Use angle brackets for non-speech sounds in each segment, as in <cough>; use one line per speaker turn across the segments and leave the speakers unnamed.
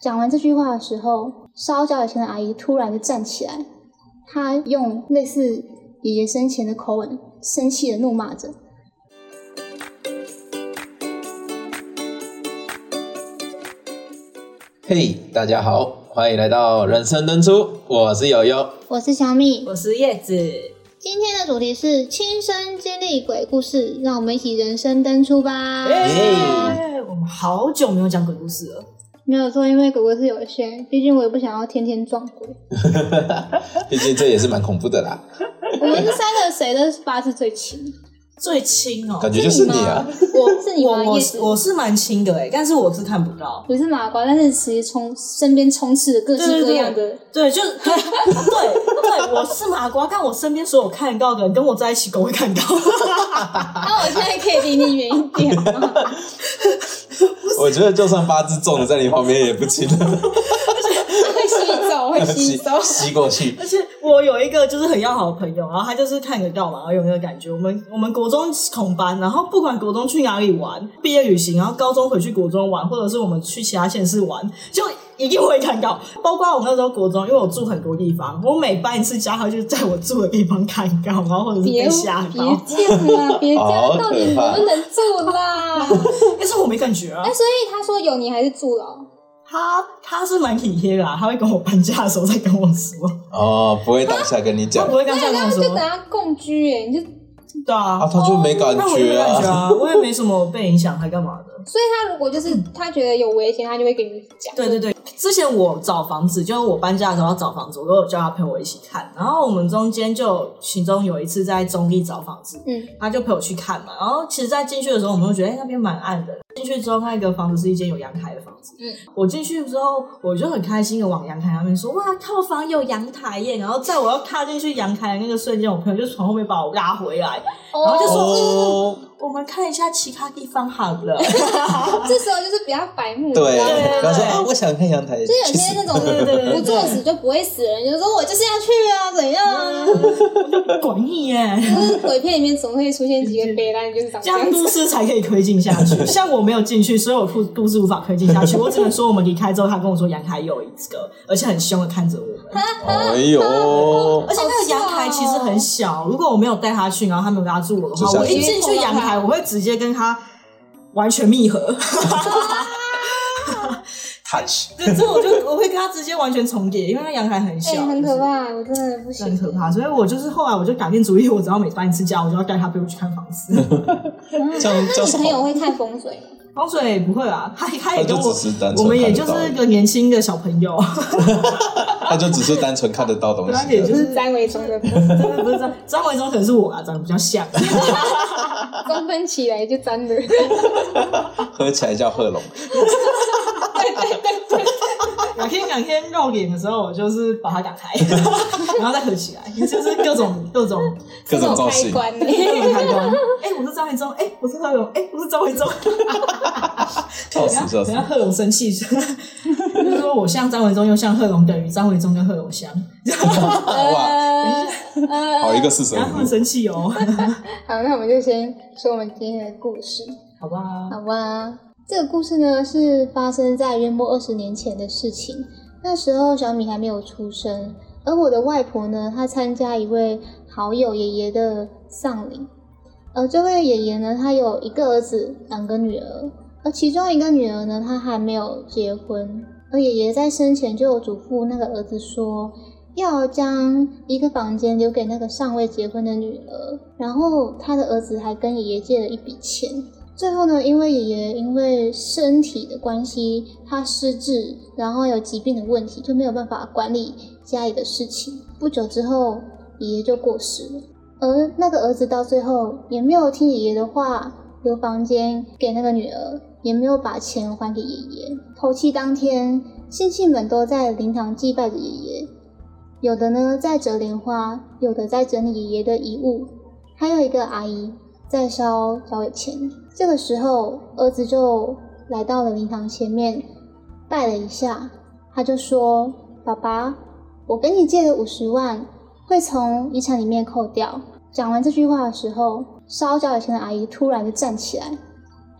讲完这句话的时候，烧脚以前的阿姨突然就站起来，她用类似爷爷生前的口吻，生气的怒骂着。
嘿、大家好，欢迎来到人生登出，我是友友。
我是小米，
我是叶子，
今天的主题是亲身经历鬼故事，让我们一起人生登出吧。
哎，我们好久没有讲鬼故事了。
没有错，因为鬼鬼是有限，毕竟我也不想要天天撞鬼。
毕竟这也是蛮恐怖的啦，
我们这三个谁的八字最轻？
最轻哦，
感觉就是你啊。
我
是你吗
我我
叶
是
子
我是蛮轻的哎，但是我是看不到。
不是麻瓜，但是其实从身边充斥着各
对
式
对
各
对
样的。
对，就是对对，我是麻瓜，但我身边所有看到的人跟我在一起，都会看到。
那啊我现在可以离你远一点吗？
我觉得就算八字重的在你旁边也不轻了，
会吸走，会吸
吸 <laughs>
走。
吸过去。
而且我有一个就是很要好的朋友，然后他就是看得到嘛，然后有那个感觉。我们我们国中同班，然后不管国中去哪里玩，毕业旅行，然后高中回去国中玩，或者是我们去其他县市玩，就一定会看到。包括我那时候国中，因为我住很多地方，我每搬一次家，他就在我住的地方看到，然后或者是
别
被
别
吓到。
这样啦，别这样，
哦好
到底
可怕
能不能住啦？
<laughs>
<laughs>
但是我没感觉啊
哎，，所以他说有你还是住了哦，
他他是蛮体贴的、啊，他会跟我搬家的时候再跟我说，
哦，不会当下跟你
他
讲
不，会刚下跟我
就
说，
等他共居哎，你就
对啊
啊，，他就没感
那我就没
觉
感觉
啊。
啊，我也没什么被影响，还干嘛的？
所以他如果就是他觉得有危险，他就会跟你讲。
对对对，之前我找房子，就是我搬家的时候要找房子，我都有叫他陪我一起看。然后我们中间就其中有一次在中立找房子，
嗯，
他就陪我去看嘛。然后其实，在进去的时候，我们就觉得、哎那边蛮暗的。进去之后，那个房子是一间有阳台的房子。
嗯，
我进去之后，我就很开心的往阳台那边说：“哇，套房有阳台耶！”然后在我要踏进去阳台的那个瞬间，我朋友就从后面把我拉回来，然
哦
后就说
哦，
我们看一下其他地方好了。
这时候就是比较白目，
对，
然后
对
然后说啊，我想看阳台，
就有
去
些
死
那种
对对
<laughs>
对
不作死就不会死的人，就说我就是要去啊，怎样啊？
滚你耶！
就是鬼片里面总会出现几个悲男，就是长
这
这样
样
子。
都市才可以推进下 <laughs> 去。像我没有进去，所以我故都市无法推进下去。我只能说，我们离开之后，他跟我说阳台有一个，而且很凶的看着我们。
哎呦，
而且那个阳台其实很小，如果我没有带他去，然后他没有拉住我的
就下
话，我
去
一进去阳 <laughs> 台，我会直接跟他完全密合。
，touch，
对，这我就我会跟他直接完全重叠，因为那阳台很
哎、
小，
很可，怕，我真的不行。
很可怕。所以我就是后来我就改变主意，我只要每搬一次家，我就要带他陪我去看房子。 <laughs>
这样
那
叫
你
什
朋友
么？
会看风水吗？
风水不会啊，他他
他
也
就
跟我
只是单纯看得到
我们也就是个年轻的小朋友，
他就只是单纯看得到东
他
西
也
的
就
就是是詹维忠的
真的不是张张维忠，可能是我啊，长得比较像。
中分起来就沾了。
喝起来叫贺龙。
两天两天绕脸的时候，我就是把它打开，然后再合起来，就是各种各种
各种造
开
型，
关呢、
各种开关。哎、我是张维忠，哎、我是贺龙，哎、我是张维忠。
笑死笑
等
死
<laughs> 下！贺龙生气，就是说我像张维忠，又像贺龙，等于张维忠跟贺龙像，
哇，
呃呃，
好一个四舍
然后
五
很
入，
生气哦，
<laughs> 好，那我们就先说我们今天的故事，
好吧。
好吧？这个故事呢是发生在约莫二十年前的事情，那时候小米还没有出生，而我的外婆呢，她参加一位好友爷爷的丧礼，而这位爷爷呢，他有一个儿子，两个女儿，而其中一个女儿呢，她还没有结婚。而爷爷在生前就有嘱咐那个儿子说，要将一个房间留给那个尚未结婚的女儿。然后他的儿子还跟爷爷借了一笔钱。最后呢，因为爷爷因为身体的关系，他失智，然后有疾病的问题，就没有办法管理家里的事情。不久之后，爷爷就过世了。而那个儿子到最后也没有听爷爷的话，留房间给那个女儿，也没有把钱还给爷爷。头七当天，亲戚们都在灵堂祭拜着爷爷，有的呢在折莲花，有的在整理爷爷的遗物，还有一个阿姨在烧小尾钱。这个时候，儿子就来到了灵堂前面，拜了一下，他就说：“爸爸，我跟你借了五十万，会从遗产里面扣掉。”讲完这句话的时候，烧脚以前的阿姨突然就站起来，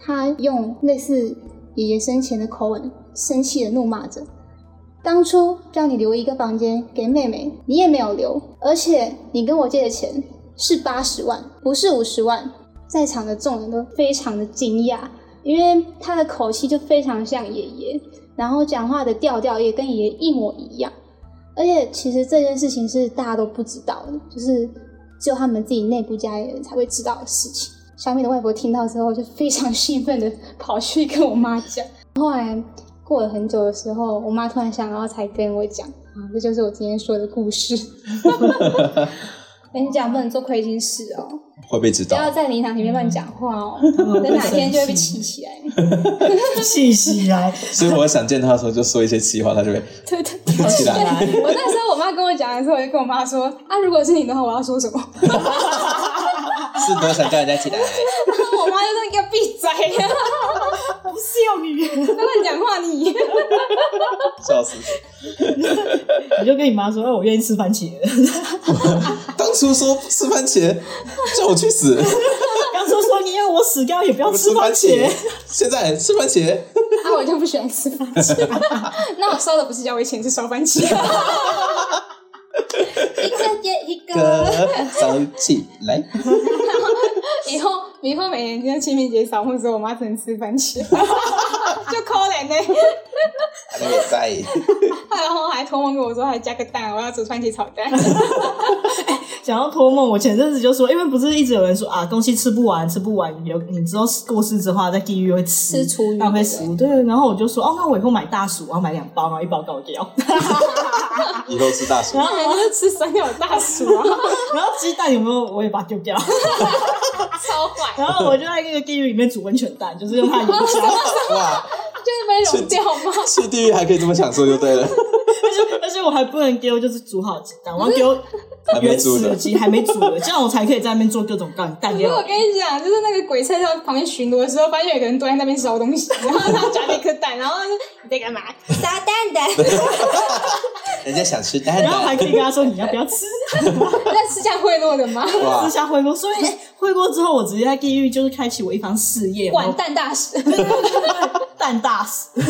她用类似爷爷生前的口吻，生气的怒骂着：“当初让你留一个房间给妹妹，你也没有留，而且你跟我借的钱是八十万，不是五十万。”在场的众人都非常的惊讶，因为他的口气就非常像爷爷，然后讲话的调调也跟爷爷一模一样。而且其实这件事情是大家都不知道的，就是只有他们自己内部家里人才会知道的事情。小米的外婆听到之后就非常兴奋的跑去跟我妈讲。后来过了很久的时候，我妈突然想，然后才跟我讲啊，这就是我今天说的故事。哎跟你讲，不能做亏心事哦，
会被知
不
道。
要在灵堂里面乱讲话哦，等哪天就会被气起来。 <laughs>
气息来，
<laughs> 所以我想见他的时候就说一些气话，他就会
对对对，
起来。
<laughs>
我那时候我妈跟我讲的时候，我就跟我妈说啊，如果是你的话，我要说什么？ <laughs>
是多想叫人家起来。
然后我妈就说你给我闭嘴 <laughs> 啊，
不孝女。
不要乱讲话你。
笑死！
你就跟你妈说，哎我愿意吃番茄。
当初说吃番茄，叫我去死，
刚说说你要我死掉也不要
我
吃
吃
番
番
茄
茄。。现在吃番茄，
啊，我就不喜欢吃番茄。那我收的不是交尾钱，是收番茄。 <laughs> 一个接一个，
哥烧起来。
以后以后每年就清明节扫墓的时候，我妈只能吃番茄，就可怜呢、
那个在，
她然后还托梦跟我说，还加个蛋，我要煮番茄炒蛋。
想要托梦，我前阵子就说，因为不是一直有人说啊，东西吃不完，吃不完，有你之后过世之后在地狱会吃
吃厨余
浪费食物。对，然后我就说，哦，那我以后买大薯，我要买两包，然后一包倒掉。
以后吃大
<laughs>
薯。
然后就吃酸有大薯啊，
然后鸡蛋有没有我也把它丢掉。 <laughs>
超坏，
然后我就在那个地狱里面煮温泉蛋，就是用它的油枪，
哇，
就是被融掉吗？
去地狱还可以这么享受就
<laughs>
对了。
<laughs> 而且而且我还不能丢，就是煮好鸡蛋，我要丢
还没
原始
煮
的
的，
鸡还没煮的，这样我才可以在那边做各种蛋蛋
因为 <laughs>
料
我。跟你讲，就是那个鬼差在旁边巡逻的时候，发现有个人蹲在那边烧东西，然后他夹了一颗蛋，然后他说你在干嘛？砸蛋蛋，
人家想吃蛋
然后还可以跟他说你要不要吃，
那是这样贿赂的吗？
哇
吃，下回锅。所以回锅之后，我直接在地狱就是开启我一番事业，
管蛋大使，
蛋大师。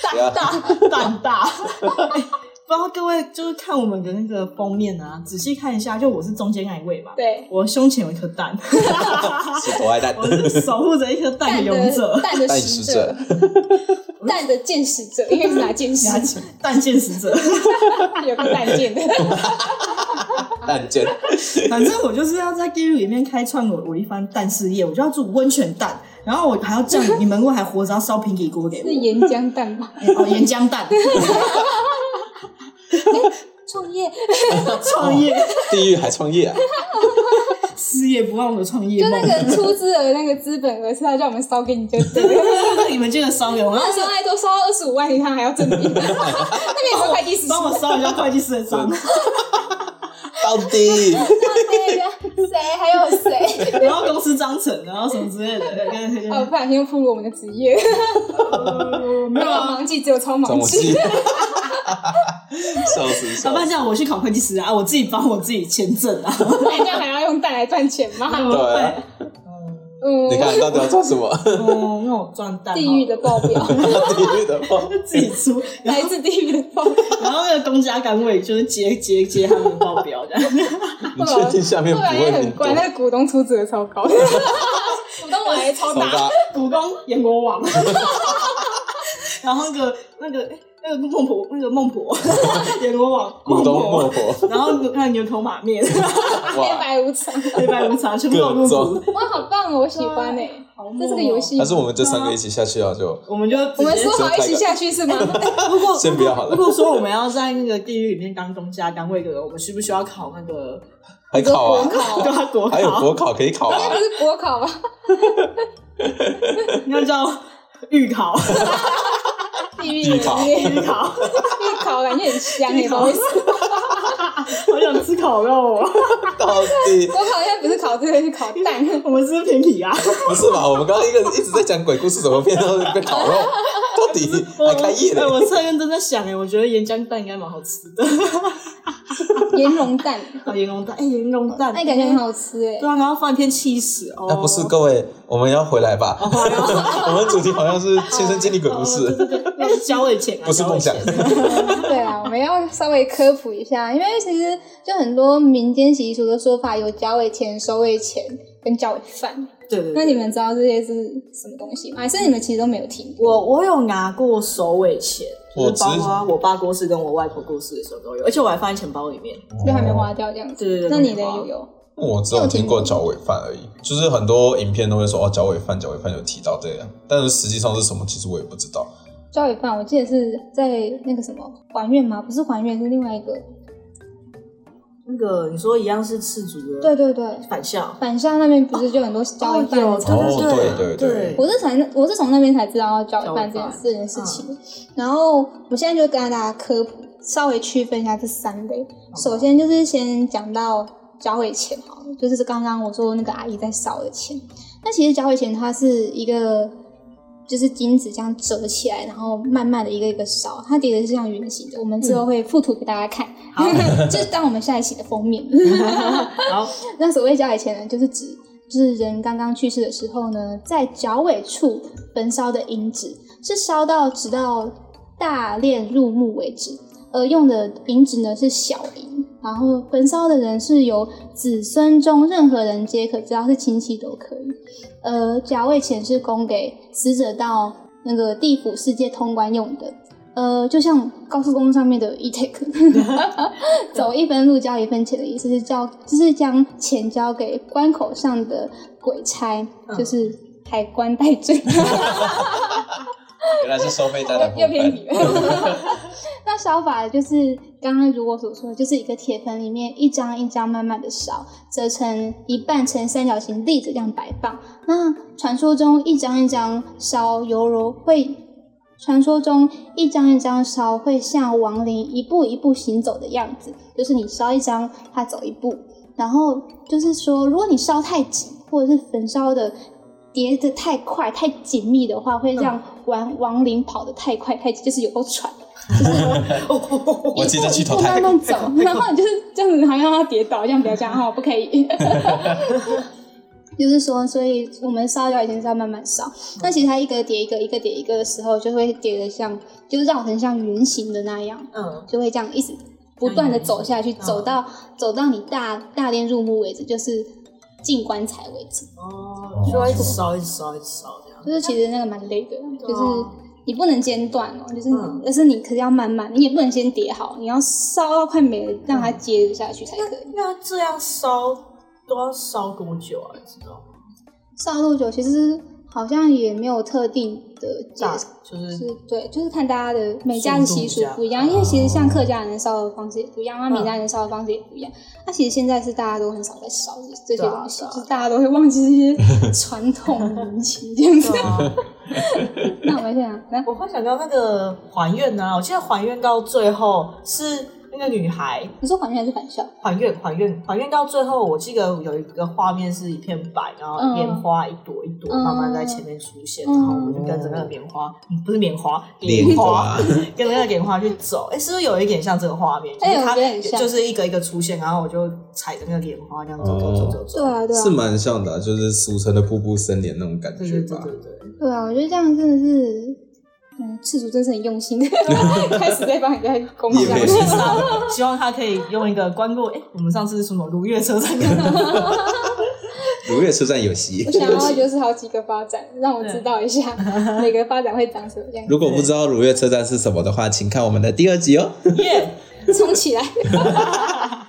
蛋大，
蛋大。不知道各位就是看我们的那个封面啊，仔细看一下，就我是中间那一位嘛。，
对，
我胸前有一颗蛋，
<laughs>
是多爱蛋
我是守护着一颗蛋的
蛋
勇
的 <laughs>
者，
蛋的
蛋
使
使
者
者，，
蛋的见识者，因为是拿剑使，
蛋见识者。
有个蛋剑的，
蛋卷，
反正我就是要在地狱里面开创我我一番蛋事业，我就要煮温泉蛋，然后我还要叫你你们如果还活着要烧平底锅给
是
我，
岩浆蛋吧？
哦，岩
<laughs>
浆蛋
创业
创业，
地狱还创业啊！
死也不忘我的创业
就那
梦。 <laughs>
个出资额那个资本额是他叫我们烧给你就对了。
你们这个烧给我，然后
那时候还都烧二十五万，你看还要证明，那个也不是会计师
帮我烧一下会计师的账。
到底
那个谁还有谁？
<laughs> 然后公司章程，然后什么之类的，跟跟
哦，不小心又暴露我们的职业，
呃没
没
有
有
啊。
盲记，只有超
总
盲
计
<laughs>
记。，
<laughs> 笑死
老
笑
板
死！
这样，我去考会计师啊，我自己帮我自己签证啊。
那你这样还要用蛋来赚钱吗？
对啊，
嗯
你，看到底要做什么？ <laughs>
哦，那我赚蛋好了。哦
地狱的报表，
地狱的话，
自己出，然
来
后
自地狱的报表。
然后那个公家单位就是接接接他们的报表这样。
<laughs> 你确定下面不
后来也
会
啊很
很多
乖，？那个股东出资额超高，股东我还超
好
大，
吧，
股东阎国王， <laughs> 然后那个那个哎那个孟婆那个孟婆
<laughs>
阎国王，
股东
孟
孟
婆，
婆，
然后那个牛头马面， <laughs>
黑
哇，
白无常，
黑白无常全部都入
各
股
种。
哇，好棒哦，我喜欢哎，
好猛哦
这是个游，戏
还。是我们这
嗯
三个一起下去啊？就
我们就
我
我
们
<laughs>
说好一起下去是吗？
如果
先不要好了
如果说我们要在那个地狱里面当公家单位的人，我们需不需要考那个
<laughs> 还考啊
你？说国考，
对啊国
还有
考？
国考可以考
那
啊
不！是国考吧？
那叫预考，
地狱
地狱考
地狱
预考，
啊考感觉很香哎，不
地考
好意思。
好想吃烤肉哦！
到底
我考现在不是考这个，是考
<laughs>
蛋。
我们是不是偏题啊，
不是吧？我们刚刚一个一直在讲鬼故事，怎么变到被烤肉？到底还开业
哎
了？
我侧认真在想，哎，我觉得岩浆蛋应该蛮好吃的。
我哦盐蓉蛋，
啊，盐蓉蛋，哎、盐蓉蛋，
那感觉很好吃哎、
对啊，然后饭片气死哦，
那啊不是各位，我们要回来吧。
哦
我们主题好像是亲身经历鬼故
哦
事，
那是交了钱啊，
不是
交了
梦想
钱。
对啊，我们要稍微科普一下，因为其实就很多民间习俗的说法有脚尾钱、收尾钱跟脚尾饭。
对对对，
那你们知道这些是什么东西吗？还是你们其实都没有听过？
我我有拿过首尾钱，就
我
是包
知
括我爸过世跟我外婆过世的时候都有，而且我还放在钱包里面。
就还没花掉这样子。
对对对，
那你的
都没花
有有？
我只有听过脚尾饭而已，就是很多影片都会说哦，脚尾饭，脚尾饭有提到这样，但是实际上是什么，其实我也不知道。
交尾饭，我记得是在那个什么还愿吗？不是还愿，是另外一个。
那个你说一样是赤足的，
对，对对，
返校。
板下那边不是就很多交尾饭的
有，
餐
哦
厅？
对
对对
对
对
我是从我是从那边才知道交尾饭这件事这件事情。然后我现在就跟大家科普，稍微区分一下这三类。首先就是先讲到交尾钱好了，就是刚刚我说那个阿姨在烧的钱。那其实交尾钱它是一个。就是金子这样折起来，然后慢慢的一个一个烧，它叠的是像圆形的。我们之后会附图给大家看， <laughs>
好
就是当我们下一期的封面。
然后
那所谓脚尾钱呢，就是指就是人刚刚去世的时候呢，在脚尾处焚烧的银纸，是烧到直到大炼入木为止。而用的银纸呢是小银，然后焚烧的人是由子孙中任何人皆可，只要是亲戚都可以。呃，脚尾钱是供给死者到那个地府世界通关用的。呃，就像高速公路上面的 E e-take，走一分路交一分钱的意思是交，就是将钱交给关口上的鬼差，就是海关代罪。 <laughs>
原来是收费单的部
又又偏
分
题。
<laughs>
了。 <laughs> 那烧法就是刚刚如我所说的，就是一个铁盆里面一张一张慢慢的烧，折成一半呈三角形立着这样摆放。那传说中一张一张烧犹如会，传说中一张一张烧会像亡灵一步一步行走的样子，就是你烧一张，它走一步。然后就是说，如果你烧太紧，或者是焚烧的叠的太快、太紧密的话，会让亡亡灵跑得太快、太急，就是有够喘。
<laughs> 我急着去投
一步
胎
慢，慢走，然后你就是这样子，好像让它跌倒，这样不要这样哈，不可以。
<laughs>
就是说，所以我们烧掉以前是要慢慢烧，
嗯
那其实它一个叠一个，一个叠一个的时候，就会叠的像，就是绕成像圆形的那样。
<laughs> 嗯，
就会这样一直不断的走下去，
嗯
走到走到你大大炼入墓为止，就是进棺材为止。
哦，就要一直烧，一直烧，一直烧这样。
就是其实那个蛮累的，就是
哦
你不能间断哦，就是
嗯
但是你可是要慢慢，你也不能先叠好，你要烧到快没了，让它
嗯
接着下去才可以。
那这样烧都要烧多久啊？你知道吗？
烧多久其实好像也没有特定的解
大
释。
就是
是对，就是看大家的每家的习俗不一样，
速度
因
不一样哦
为其实像客家人烧的方式也不一样，那
嗯
闽南人烧的方式也不一样。那、其实现在是大家都很少在烧这这些
对啊
东西，
对啊
就是大家都会忘记
<laughs>
这些传统民情这样子
对。啊。
那我们现在来，
我会想到那个还愿呢、我记得还愿到最后是那个女孩
你说还原还是返校？
还愿还愿还愿到最后，我记得有一个画面是一片白，然后
嗯
棉花一朵一朵
嗯
慢慢在前面出现，
嗯
然后我们就跟着那个棉花，嗯不是棉花，
莲
花
花，
跟着那个莲花去走。哎、是不是有一点像这个画面？就是
哎我觉得很
它
像
就是一个一个出现，然后我就踩着那个莲花这样走走走走
对
走。
啊，对啊
是，蛮像的啊、就是俗称的瀑布森林那种感
对
觉
对对
吧。
对对，
对啊，我觉得这样真的是，嗯，赤足真是很用
<laughs>
心，开始在帮人家工
也
商
没。
希望希望他可以用一个关过，哎、我们上次是什么如月车站 <laughs> 跟
如月车站有戏
<laughs> 我。想要就是好几个发展，让我知道一
<laughs>
下每个发展会长什么样，
<laughs> 如果不知道如月车站是什么的话，请看我们的第二集
<laughs>
哦。
耶。
冲起来。 <laughs>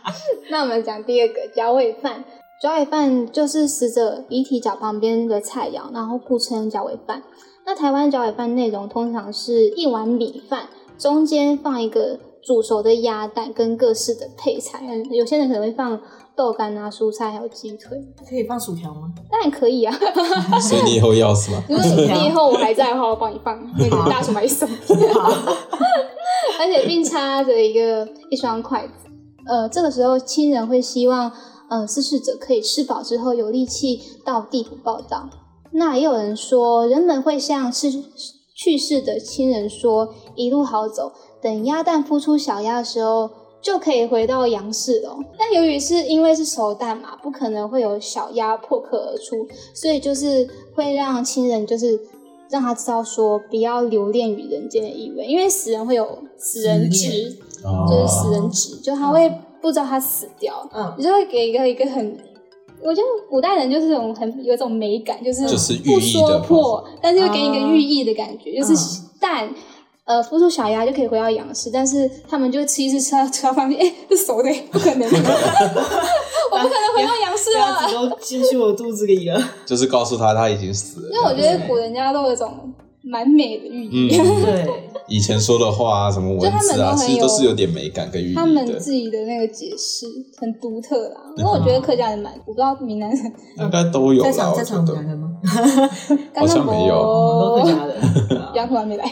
那我们讲第二个脚尾饭，脚尾饭就是死者遗体脚旁边的菜肴，然后故称脚尾饭。那台湾脚尾饭内容通常是一碗米饭，中间放一个煮熟的鸭蛋跟各式的配菜，嗯有些人可能会放豆干啊、蔬菜还有鸡腿，
可以放薯条吗？
当然可以 <laughs> 啊。
所以你以后要是
<laughs>
吗？
如果你以后我还在的话，我帮你 <laughs> 放那个大熊买 <laughs> 手，而且并插着一个一双筷子。呃，这个时候亲人会希望，呃，逝世者可以吃饱之后有力气到地府报道。那也有人说，人们会向逝去世的亲人说：“一路好走。”等鸭蛋孵出小鸭的时候，就可以回到杨氏龙。但由于是因为是熟蛋嘛，不可能会有小鸭破壳而出，所以就是会让亲人就是让他知道说不要留恋于人间的意味，因为死人会有死人
思
执
念，
就是
啊
死人执，就他会不知道他死掉，
嗯
你就会给一个一个很，我觉得古代人就是这种很有一种美感，就是
就是寓
不
意的哦
说破，但是又给你一个
啊
寓意的感觉，就是
嗯
蛋。呃，孵出小鸭就可以回到养殖，但是他们就吃一次吃到吃到发现，哎、这熟的， <laughs> 不可能，我不可能回到啊养殖
这样
了。
子都进去我肚子里
<laughs>
了。
就是告诉他他已经死了。
因为我觉得古人家都有一种蛮美的寓意，
嗯，
对，
以前说的话啊，什么文字啊，
就他们都很有
其实都是有点美感跟寓意
他们
的。
自己的那个解释很独特啦。因为
嗯
我觉得客家人蛮，我不知道闽南人，
应该都有
啊
在场
啦，我
在
觉
场
得
男。人吗？
刚刚
像没有
哦
我们都客家人对
<laughs>
啊。
杨突然没来。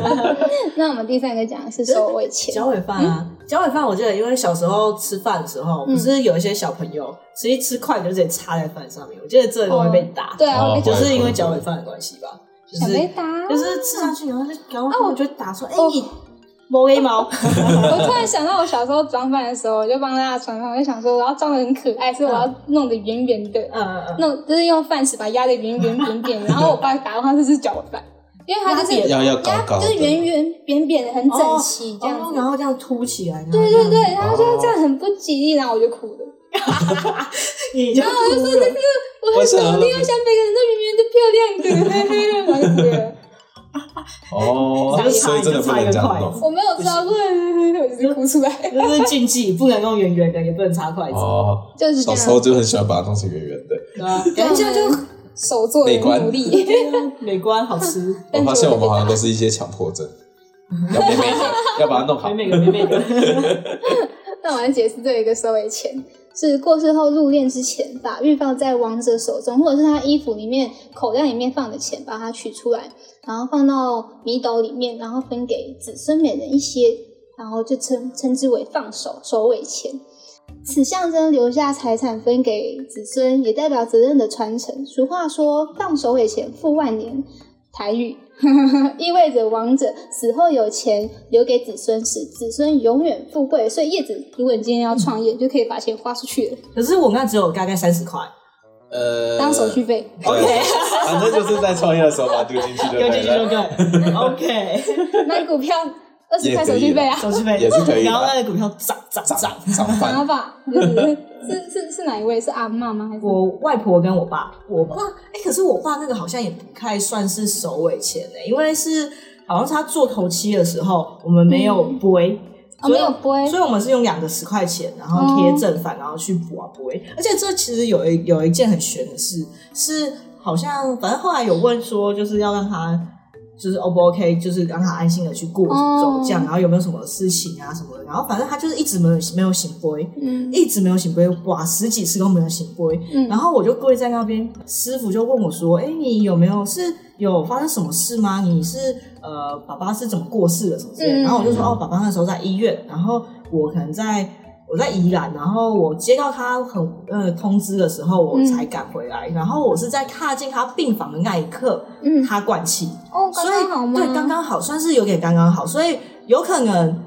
<laughs> 那我们第三个讲的是收尾钱，
脚尾饭啊，脚尾饭，我记得因为小时候吃饭的时候，
嗯
不是有一些小朋友直接吃筷子就直接插在饭上面，我记得这个会被打，
对啊，我
哦
被
会
就是因为脚尾饭的关系吧，就
想
是
被打，
就是吃上去然后就然后我就打说，哎
哦
你摸黑
<laughs>
猫，嗯
我突然想到我小时候装饭的时候，我就帮大家装饭，我就想说我要装的很可爱，所以我要弄得圆圆的，
嗯嗯嗯，
弄就是用饭匙把它压的圆圆
<laughs>
扁扁，然后我把它打到它就是脚尾饭，因为它就是
要要高高
就是圆
的，
圆扁扁的，很整齐这样
哦
子。
然后这样凸起来，
对对对，然后就
哦
这样很不吉利，然后我就哭了。
对，你就哭了，
我
为
很
什
努
么
力，我想每个人都圆
<laughs>
圆的、漂亮的，然后就哭了。
哦
就，是
所以真的不能这样弄。
我没有抓过， <laughs> 我直接哭出来。 <laughs>
就是禁忌，不能用圆圆的，也不能插筷子。
哦，
就是这
小时候
样，
就很喜欢把它弄成圆圆的。
<laughs>
对啊，
感觉哎这样就
手做的努力。 <laughs>
美观好吃，
我发现我们好像都是一些强迫
<laughs>
症，要美美的，要把它弄好
美。美的美美的。
<laughs> 那我来解释这一个收尾钱，是过世后入殓之前，把预放在亡者手中，或者是他衣服里面、口袋里面放的钱，把它取出来，然后放到米斗里面，然后分给子孙每人一些，然后就称称之为放手收尾钱。此象征留下财产分给子孙，也代表责任的传承。俗话说“放手尾钱富万年”，台语 <laughs> 意味着亡者死后有钱留给子孙时，子孙永远富贵。所以叶子，如果你今天要创业，就可以把钱花出去了，
<laughs> 可是我那只有大概三十块，
呃，
当手续
<laughs>
费。
对，反正就是在创业的时候把它丢进去就
丢进
对
去就
了。
对。OK，
买股票二十块手续费啊，
手续费
也是可以的
然后那个股票涨涨涨。
长
拿
饭，
<laughs>
吧。就是是是是哪一位？是阿嬷吗？还是
我外婆跟我爸，我爸哎、可是我爸那个好像也不太算是首尾钱呢、因为是好像是他做头七的时候，我们没有
嗯
杯，
哦没有杯
所以我们是用两个十块钱，然后贴正反，然后去补啊补。而且这其实有一有一件很悬的事，是好像反正后来有问说，就是要让他就是 O 不 OK，就是让他安心的去过
哦
走这样，然后有没有什么事情啊什么的，然后反正他就是一直没有没有醒杯，
嗯
一直没有醒杯，哇，十几次都没有醒杯。
嗯
然后我就跪在那边，师傅就问我说：“哎，你有没有是有发生什么事吗？你是呃，爸爸是怎么过世的什么之类的？”
嗯
然后我就说：“哦，爸爸那时候在医院，然后我可能在我在宜兰，然后我接到他很呃通知的时候，我才
嗯
赶回来。然后我是在踏进他病房的那一刻，
嗯
他灌气，
哦，刚
所以
刚好吗？
对刚刚好，算是有点刚刚好，所以有可能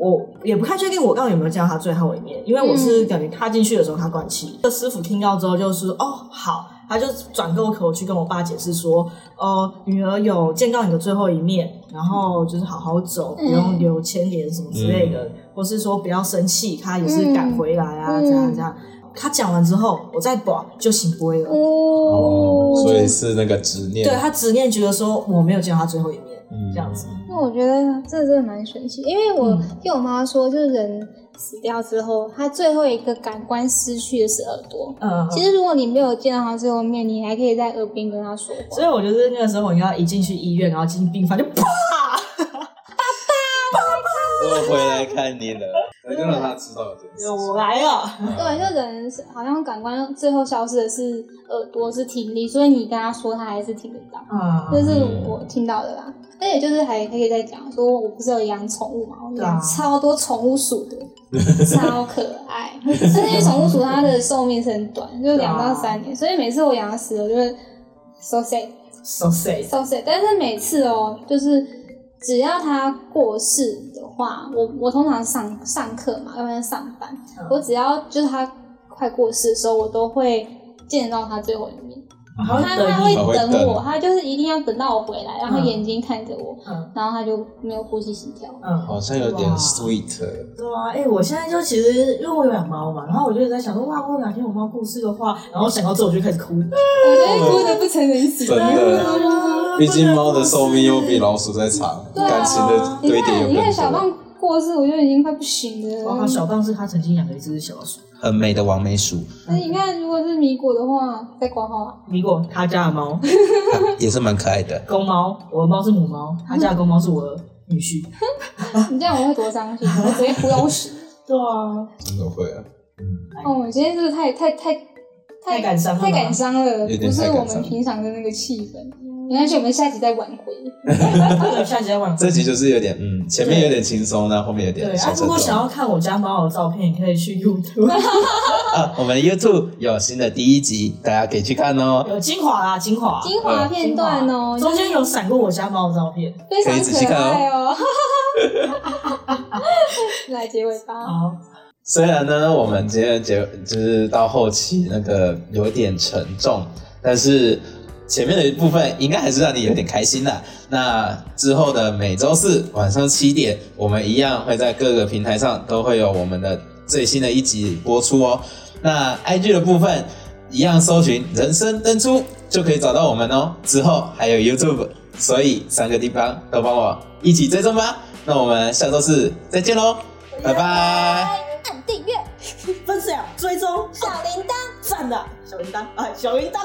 我也不太确定我刚刚有没有见到他最后一面，因为我是等于踏进去的时候他灌
嗯
气，这师傅听到之后就是哦好，他就转过口去跟我爸解释说，哦女儿有见到你的最后一面，然后就是好好走，
嗯
不用留牵连什么之类的，
嗯
或是说不要生气，他也是赶回来啊，
嗯
这样这样。他讲完之后，我再把就醒不会了。
哦
哦，，所以是那个执念
对。他执念觉得说我没有见到他最后一面，
嗯
这样子。
那我觉得这真的蛮神奇，因为我、
嗯
听我妈说，就是人死掉之后，他最后一个感官失去的是耳朵。
嗯，
其实如果你没有见到他最后面，你还可以在耳边跟他说话。
所以我就是那个时候，我应该一进去医院，然后进病房就啪，
我回来看你了，那就让他知道有这件事啊情。
我来了。
对，就人是好像感官最后消失的是耳朵，是听力，所以你跟他说，他还是听得到。这
嗯，
是我听到的啦，而且就是还可以再讲说，我不是有养宠物嘛，我
对啊
养超多宠物鼠 <laughs> 的，超可爱。但是因为宠物鼠它的寿命是很短，就是两到三年，所以每次我养它死了就会 so sad
so sad。
so sad。但是每次哦，就是只要他过世的话，我我通常上上课嘛，要不然上班，我只要就是他快过世的时候，我都会见到他最后一面。
好
他
等
他会
你
他会
等
等
我，他就是一定要等到我回来，然后
嗯
眼睛看着我，
嗯
然后他就没有呼吸心跳。
嗯，
好像有点
哇
sweet 欸。
对啊，哎、我现在就其实因为我有养猫嘛，然后我就一直在想说，哇，如果哪天我猫过世的话，然后想到这我就开始哭。
我就会哭得不成人形。啊
真的，毕竟
啊
猫的寿命又比老鼠再长，
对啊
感情的
你
堆叠又
啊
看，你看小
更多。
胖过世，我就已经快不行
然后
了。
小棒是他曾经养的一只小老鼠，
很美的王梅鼠 <laughs>
那你看，如果是米果的话，再挂号啊。
米果他家的猫，
也是蛮可爱的。
公猫，我的猫是母猫，他家的公猫是我的女婿。
你这样我会多伤心，我直接哭到不行。
对啊，
真的会啊，
哦，我今天是不是太太太
太感伤了吧
太感伤了，
有
不
点
是
太
我
感伤
们平常的那个气氛。没关系，我们下集再挽回。
对，下集再玩。
这集就是有点嗯，前面有点轻松，然后后面有
对，
点
啊
小，
如
沉
果
重
想要看我家猫的照片，也可以去 YouTube，
啊。我们 YouTube 有新的第一集，大家可以去看哦，
有精华啦，精
啊
华，
精华片段哦，
中间有闪过我家猫的照片。
非常
可以仔细
可
看哦
爱
<laughs>
哦。来结尾吧。
好，
虽然呢，我们今天的节就是到后期那个有点沉重，但是前面的一部分应该还是让你有点开心的。那之后的每周四晚上七点，我们一样会在各个平台上都会有我们的最新的一集播出哦。那 IG 的部分一样搜寻“人生登出”就可以找到我们哦。之后还有 YouTube，所以三个地方都帮我一起追踪吧。那我们下周四再见喽，拜拜
按订阅
分享、追踪、
小铃铛。
哎赞的小铃铛啊，小铃铛。